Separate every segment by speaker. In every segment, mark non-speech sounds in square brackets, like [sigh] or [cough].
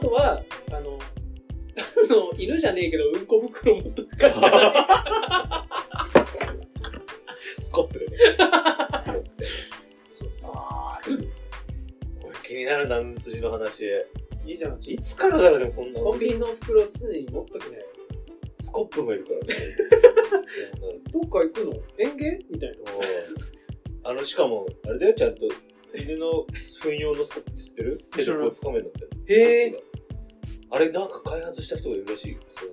Speaker 1: とは、あの、 [laughs] あの犬じゃねえけど、うんこ袋持っとくから。
Speaker 2: スコップ [laughs] でね。
Speaker 1: そうそ
Speaker 2: あこれ気になるな、筋の話。
Speaker 1: う [laughs] いいじゃん。
Speaker 2: いつからだろうね、こんな
Speaker 1: コ
Speaker 2: の
Speaker 1: ン。ビニの袋常に持っときなよ。
Speaker 2: スコップもいる
Speaker 1: [laughs]
Speaker 2: からね。そうなる
Speaker 1: どっか行くの園芸みたいな。
Speaker 2: とあの、しかも、あれだよ、ちゃんと。犬の糞用のスコップって知ってる手
Speaker 1: 知
Speaker 2: で
Speaker 1: らない
Speaker 2: こう掴めるんだって。
Speaker 1: へえ。
Speaker 2: あれ、なんか開発した人がいるらしい。そう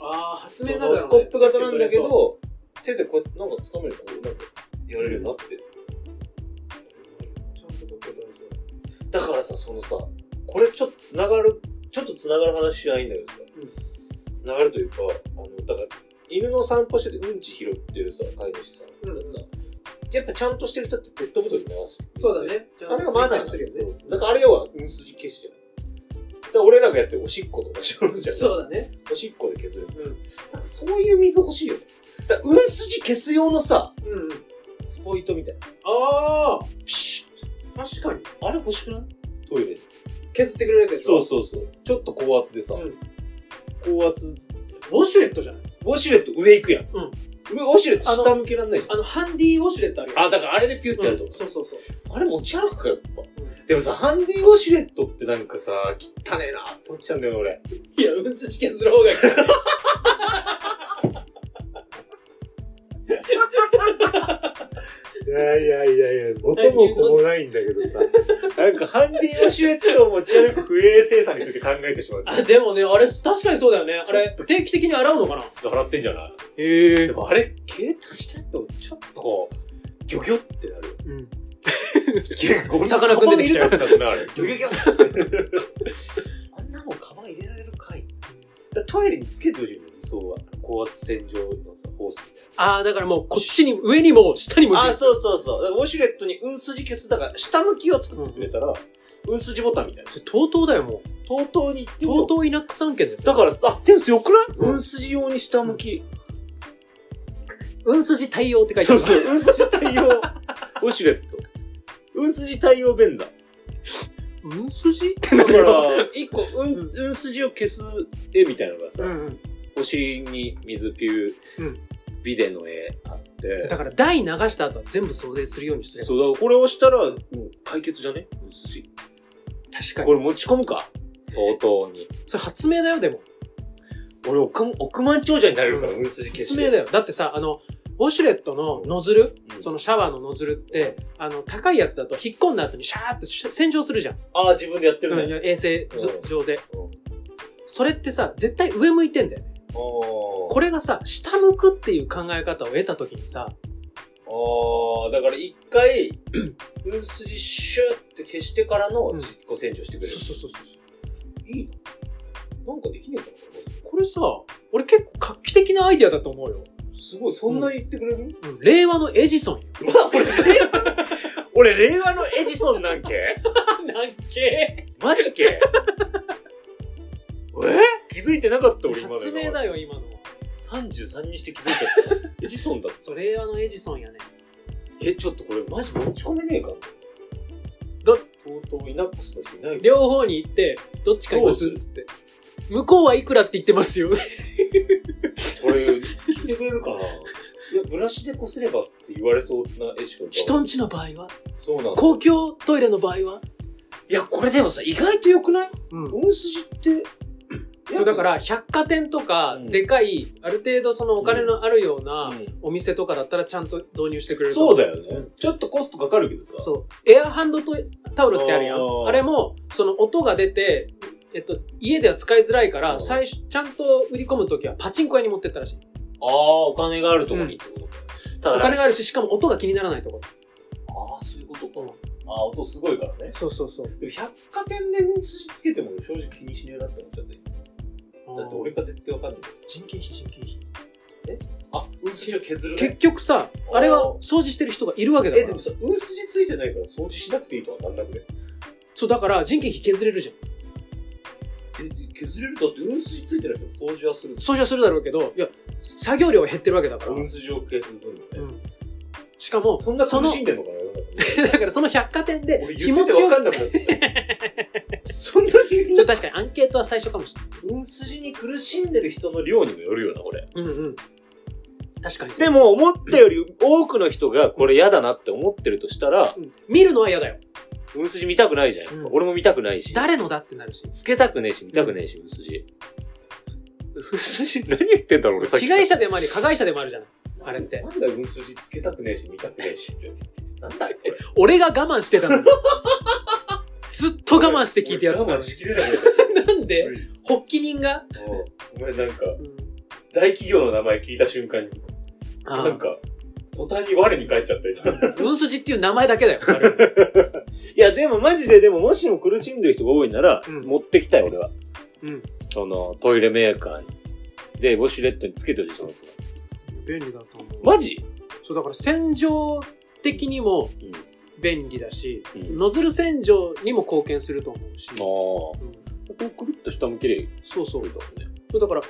Speaker 1: ああ、発
Speaker 2: そ
Speaker 1: 明な
Speaker 2: の
Speaker 1: がらね
Speaker 2: スコップ型なんだけ、ど、手でこう、なんか掴めるから、なんか、やれるようになって。
Speaker 1: ちゃんと受け取れそう
Speaker 2: だからさ、そのさ、これちょっとつながる、ちょっとつながる話しないんだけどさ、つながるというか、あの、だから、犬の散歩しててうんち拾ってるさ、飼い主さんがさ、やっぱちゃんとしてる人ってペットボトル流す。
Speaker 1: そうだ。ね。ちゃんと
Speaker 2: あれはマナー
Speaker 1: 推薦するよね。
Speaker 2: そうだからあれ要は、うんすじ消しじゃん。だから俺らがやってるおしっこと同じものじゃん。
Speaker 1: そうだね。
Speaker 2: おしっこで削る。
Speaker 1: うん。
Speaker 2: だからそういう水欲しいよね。だから、うんすじ消す用のさ、
Speaker 1: うんうん。
Speaker 2: スポイトみたいな。
Speaker 1: ああ、
Speaker 2: ピシュッ
Speaker 1: 確かに。
Speaker 2: あれ欲しくないトイレで。
Speaker 1: 削ってくれるやつでし
Speaker 2: そ
Speaker 1: ょ
Speaker 2: うそうそう。ちょっと高圧でさ、
Speaker 1: うん
Speaker 2: 高圧、
Speaker 1: ウォシュレットじゃない
Speaker 2: ウォシュレット上行くやん。
Speaker 1: うん
Speaker 2: 上、ウォシュレット下向けらんないじ
Speaker 1: あの、ハンディウォシュレットあるよ
Speaker 2: ゃん。。あ、だからあれでピュってやると
Speaker 1: うんそうそうそう。
Speaker 2: あれ持ち歩くか、やっぱ。
Speaker 1: う
Speaker 2: でもさ、ハンディウォシュレットってなんかさ、汚ねえなって思っちゃうんだよね、俺。
Speaker 1: いや、うんすじ削る方がいい。
Speaker 3: いやいやいやいや、元も子もないんだけどさ。
Speaker 2: [laughs] なんかハンディウォシュレットを持ち歩く不衛生さについて考えてしまう。
Speaker 1: あ、でもね、あれ、確かにそうだよね。あれ、定期的に洗うのかな
Speaker 2: 払ってんじゃない
Speaker 1: へ
Speaker 2: で。もあれ、携帯してると、ちょっとこう、ギョギョってなるよ。
Speaker 1: うん。
Speaker 2: 魚くん出てきちゃうんだろうね、あ [laughs] れ。
Speaker 1: ギョギョギョ
Speaker 2: あんなもんカバン入れられるかいだからトイレにつけてほしいよね、理想は。高圧洗浄のさ、ホースみたいな。
Speaker 1: ああ、だからもう、こっちに、上にも、下にも。
Speaker 2: あ、そうそうそう。だからウォシュレットにうんすじ消す。だから、下向きを作ってくれたら、うんすじボタンみたいな。
Speaker 1: う。とうとうだよ、もう。
Speaker 2: とうとうに行って
Speaker 1: と
Speaker 2: も
Speaker 1: うとうイナック三件です
Speaker 2: だからさ、あ、でもよくない、
Speaker 1: う
Speaker 2: うんん、すじ用に下向き。
Speaker 1: ら、うんすじ対応って書いて
Speaker 2: そ
Speaker 1: あ
Speaker 2: う
Speaker 1: る。
Speaker 2: そう、うんすじ対応、ウォシュレット。うんすじ対応便座。
Speaker 1: うんすじって
Speaker 2: だ
Speaker 1: な
Speaker 2: か
Speaker 1: るよ。
Speaker 2: ら、一個、うん、うんすじを消す絵みたいなのがさ、
Speaker 1: うんうん。
Speaker 2: お尻に水ピュー、
Speaker 1: うん
Speaker 2: ビデの絵あって
Speaker 1: だ、から、台流した後は全部送迎するようにすれば。
Speaker 2: そうだからこれをしたら、もう解決じゃねうんすじ。
Speaker 1: 確か
Speaker 2: こ
Speaker 1: に。
Speaker 2: れ持ち込むかとうとうに。
Speaker 1: それ発明だよ、でも。
Speaker 2: 俺、億億万長者になれるから、
Speaker 1: う
Speaker 2: うんすじ消し
Speaker 1: 発
Speaker 2: て。
Speaker 1: 明だよ。だってさ、あの、ウォシュレットのノズル、
Speaker 2: うん
Speaker 1: そのシャワーのノズルって、あの、高いやつだと引っ込んだ後にシャーって洗浄するじゃん。
Speaker 2: ああ、自分でやってるね。
Speaker 1: うん衛生上で。
Speaker 2: うん
Speaker 1: それってさ、絶対上向いてんだよね。
Speaker 2: こ
Speaker 1: これがさ、下向くっていう考え方を得た時にさ、
Speaker 2: ああ、だから一
Speaker 1: [clears throat]
Speaker 2: 回、うんすじシュッて消してからの
Speaker 1: うん
Speaker 2: 自己洗浄してく
Speaker 1: そう
Speaker 2: れる。
Speaker 1: そうそうそう。
Speaker 2: いいな。なんかできねえかなこ
Speaker 1: これさ、俺結構画期的なアイディアだと思うよ。
Speaker 2: れすごい、そんな言ってくれる、
Speaker 1: うん令和のエジソンよ。
Speaker 2: うわ俺、俺、令和のエジソンなんけ
Speaker 1: なんけ
Speaker 2: マジけえ気づいてなかった俺、今
Speaker 1: 発明だよ、今のは。
Speaker 2: 33にして気づいちゃった。エジソンだった。
Speaker 1: そう、令和のエジソンやね。
Speaker 2: え、ちょっとこれマジ持ち込めねえかな
Speaker 1: だ
Speaker 2: とうとうイナックスの人いないよ。
Speaker 1: 両方に行って、どっちかに押すっつって。向こうはいくらって言ってますよ。 [laughs]
Speaker 2: これ、聞いてくれるかないや、ブラシでこすればって言われそうな絵しか浮かばない
Speaker 1: 人んちの場合は
Speaker 2: そうなんだ。
Speaker 1: 公共トイレの場合はい
Speaker 2: や、これでもさ、意外と良くない
Speaker 1: うん。
Speaker 2: 本筋って。
Speaker 1: そうだか、ら、百貨店とか
Speaker 2: う、ん
Speaker 1: でかい、ある程度そのお金のあるような
Speaker 2: うん
Speaker 1: お店とかだったらちゃんと導入してくれる。
Speaker 2: そう
Speaker 1: だ。
Speaker 2: だよね。ちょっとコストかかるけどさ。
Speaker 1: そう。エアハンドトイタオルってあるやん
Speaker 2: あ。ー
Speaker 1: あれも、その音が出て、えっと、家では使いづらいか
Speaker 2: う
Speaker 1: ら、
Speaker 2: ん
Speaker 1: 最初、ちゃんと売り込むときはパチンコ屋に持ってったらしい。
Speaker 2: ああ、お金があるところにってことか。た
Speaker 1: お
Speaker 2: だ
Speaker 1: 金があるし、しかも音が気にならないとこ
Speaker 2: ああ、そういうことか。ああ、音すごいからね。
Speaker 1: そうそうそう。
Speaker 2: でも百貨店で本筋つけても俺正直気にしねえなって思っちゃって。だって俺が絶対わかんない。
Speaker 1: 人件費、人件費。
Speaker 2: あ、運筋を削るね。
Speaker 1: 結局さ、あれは掃除してる人がいるわけだ
Speaker 2: え、
Speaker 1: か
Speaker 2: で
Speaker 1: ら
Speaker 2: も。さ、運筋ついてないから掃除しなくていいとはなんなくね。
Speaker 1: そう、だから人件費削れるじゃん。
Speaker 2: え、削れるだって運筋ついてない人も掃除はするぞ。
Speaker 1: 掃除はするだろうけど、いや、作業量は減ってるわけだから。
Speaker 2: 運筋を削る分だね。
Speaker 1: うんしかも、
Speaker 2: そんな
Speaker 1: そ
Speaker 2: 苦
Speaker 1: の、
Speaker 2: しん
Speaker 1: [laughs]
Speaker 2: でんのかな世の中ね
Speaker 1: だからその百貨店で
Speaker 2: 俺
Speaker 1: 気
Speaker 2: 言
Speaker 1: 持
Speaker 2: って
Speaker 1: ち
Speaker 2: てわ
Speaker 1: よ
Speaker 2: か
Speaker 1: く、 [laughs]
Speaker 2: んなくなってきた。そんな
Speaker 1: ちょっと確かにアンケートは最初かもしれない。
Speaker 2: うんすじに苦しんでる人の量にもよるよな、これ。
Speaker 1: うんうん。確かに。
Speaker 2: [laughs] で、も、思ったより多くの人がこれ嫌だなって思ってるとしたら
Speaker 1: う、ん、見るのは嫌だよ。
Speaker 2: うんすじ見たくないじゃん。やっぱ
Speaker 1: うん
Speaker 2: 俺も見たくないし。
Speaker 1: 誰のだってなるし。
Speaker 2: つけたくねえし、見たくねえし、うんすじ。うんすじ何言ってんだろう、俺さっき
Speaker 1: 被
Speaker 2: から。
Speaker 1: 害者でもあり、加害者でもあるじゃない。あれって
Speaker 2: なんだよ、うんすじつけたくねえし、見たくねえし。なんだよ、これ。
Speaker 1: 俺が我慢してたのに。ずっと我慢して聞いてやったの
Speaker 2: 我慢
Speaker 1: に。
Speaker 2: しきれなくなっ
Speaker 1: なん [laughs]
Speaker 2: て
Speaker 1: で、。発起人が、
Speaker 2: うんお前なんか、
Speaker 1: うん、
Speaker 2: 大企業の名前聞いた瞬間に、
Speaker 1: あ
Speaker 2: なん
Speaker 1: あ、
Speaker 2: か、途端に我に返っちゃったよ。
Speaker 1: うんすじっていう名前だけだよ。あれ
Speaker 2: いや、でもマジで、でももしも苦しんでる人が多いなら、
Speaker 1: うん
Speaker 2: 持ってきたい、俺は。
Speaker 1: うん。
Speaker 2: その、トイレメーカーに。で、ウォシュレットにつけてるでしょ。
Speaker 1: 便利だと思う。
Speaker 2: マジ
Speaker 1: そう、だから洗浄的にも
Speaker 2: うん。
Speaker 1: 便利だし、
Speaker 2: うん
Speaker 1: ノズル洗浄にも貢献すると思うし。
Speaker 2: ああ。こ
Speaker 1: うん
Speaker 2: こくるっと下向けりゃいい
Speaker 1: そうそう。
Speaker 2: だもんね。
Speaker 1: そうだから、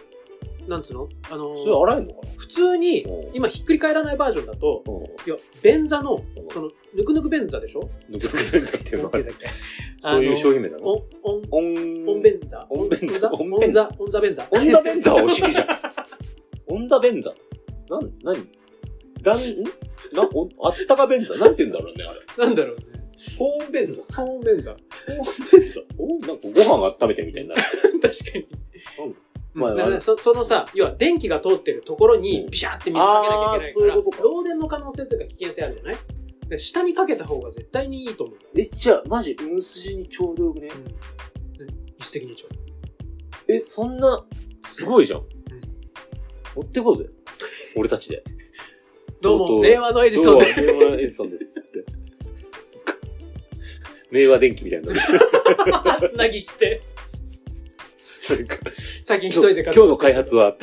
Speaker 1: なんつうのあのー
Speaker 2: それ洗えんのかな
Speaker 1: 普通に
Speaker 2: う、ん
Speaker 1: 今ひっくり返らないバージョンだと、
Speaker 2: うん。
Speaker 1: いや、便座の、
Speaker 2: うん
Speaker 1: その、ぬくぬく便座でしょ
Speaker 2: 抜けてくれたっていう
Speaker 1: な
Speaker 2: の
Speaker 1: ん
Speaker 2: は
Speaker 1: ていうんだっけ
Speaker 2: [laughs] そういう商品名だな。
Speaker 1: オン、オン、
Speaker 2: オン
Speaker 1: オン便座
Speaker 2: オン便座
Speaker 1: オ
Speaker 2: オ
Speaker 1: ン
Speaker 2: ン便座
Speaker 1: 座オン座便座。
Speaker 2: オンザベンザはお尻じゃん。 [laughs] オンザベンザ。なん、なにだん、んな、お、あったかベンザ。なんて言うんだろうね、あれ。
Speaker 1: [laughs] なんだろうね。
Speaker 2: ホーンベンザ。
Speaker 1: オン便座。
Speaker 2: ホーンベンザ。おなんかご飯温めてるみたいになる。
Speaker 1: 確かに。
Speaker 2: うんまあ
Speaker 1: まあ、そそのさ、要は電気が通ってるところに
Speaker 2: うん
Speaker 1: ビシャーって水かけなきゃいけな
Speaker 2: あー
Speaker 1: い
Speaker 2: そういう
Speaker 1: か
Speaker 2: こと
Speaker 1: ら、
Speaker 2: か
Speaker 1: 漏電の可能性というか危険性あるじゃないで下にかけた方が絶対にいいと思う。
Speaker 2: え、じゃあ、マジ、うんすじにちょうどよくね。
Speaker 1: で一石二鳥。
Speaker 2: え、そんな、すごいじゃん。持ってこう [laughs] ぜ。俺たちで。
Speaker 1: ど
Speaker 2: と
Speaker 1: う
Speaker 2: うと
Speaker 1: も、
Speaker 2: う
Speaker 1: 令和のエジソンで。
Speaker 2: 今日は令和エジソン [laughs] です。つって。令和電気みたいになる。
Speaker 1: [laughs] つなぎ来
Speaker 2: [laughs]
Speaker 1: て、
Speaker 2: なんか
Speaker 1: 最近一人で
Speaker 2: 今
Speaker 1: 活
Speaker 2: 日
Speaker 1: 動
Speaker 2: の
Speaker 1: して
Speaker 2: 開発は、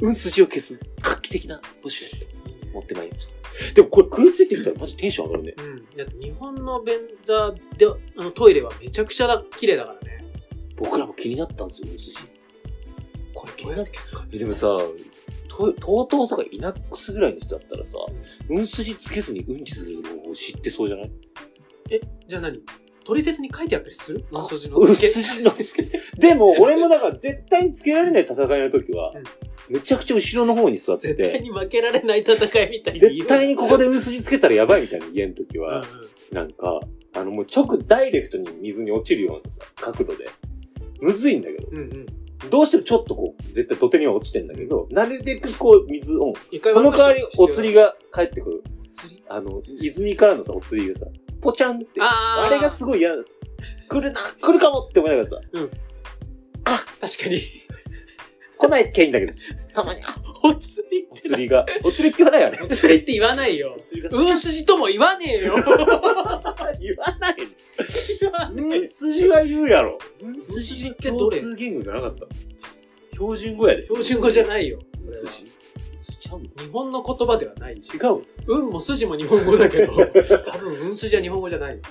Speaker 2: うんすじを消す画期的なボシュレット持ってまいりました。でもこれ食いついてみたらマジテンション上がるね。
Speaker 1: うん。だって日本の便座で、あのトイレはめちゃくちゃだ綺麗だからね。
Speaker 2: 僕らも気になったんですよ、うんすじ。
Speaker 1: これ気になって消すか。
Speaker 2: え、でもさ、と TOTO とかイナックスぐらいの人だったらさ、うんすじつけずにうんちする方を知ってそうじゃない
Speaker 1: じゃあ何トリセツに書いてあったりするうんそじの
Speaker 2: うん
Speaker 1: つけ
Speaker 2: すじのつけ。でも俺もだから絶対につけられない戦いの時は
Speaker 1: うん、
Speaker 2: めちゃくちゃ後ろの方に座って
Speaker 1: 絶対
Speaker 2: て、
Speaker 1: に負けられない戦いみたいに言う。
Speaker 2: 絶対にここでうんすじつけたらやばいみたいな家の時
Speaker 1: うんうん
Speaker 2: は、なんか、あのもう直ダイレクトに水に落ちるようなさ、角度で。むずいんだけど、
Speaker 1: うんうん。
Speaker 2: どうしてもちょっとこう、絶対土手には落ちてんだけど、なるべくこう水を、
Speaker 1: 一回
Speaker 2: その代わりお釣り
Speaker 1: が。
Speaker 2: が帰ってくる。
Speaker 1: お釣り
Speaker 2: あの、泉からのさ、お釣りがさ、ポチャンって。あ
Speaker 1: あー
Speaker 2: れがすごい嫌。来るな、来るかもって思いながらさ、
Speaker 1: 確かに。
Speaker 2: 来ないけんだけど、たまに、あ
Speaker 1: お釣り
Speaker 2: お
Speaker 1: って
Speaker 2: 釣
Speaker 1: [laughs]
Speaker 2: りが、お釣りって言わないよね。
Speaker 1: お釣りって言わないよ
Speaker 2: お。釣りがさ、
Speaker 1: うんすじとも言わねえよ。
Speaker 2: 言わない。
Speaker 1: 言わねえ
Speaker 2: うん筋は言うやろ。うん
Speaker 1: 筋ってど
Speaker 2: 共
Speaker 1: れ
Speaker 2: 通言語じゃなかった。標準語やで。
Speaker 1: 標準語じゃ
Speaker 2: ない。
Speaker 1: ないよ。
Speaker 2: うんすじちゃうの
Speaker 1: 日本の言葉ではないし。
Speaker 2: 違う [laughs]
Speaker 1: 運も筋も日本語だけど、多分運筋は日本語じゃないよ。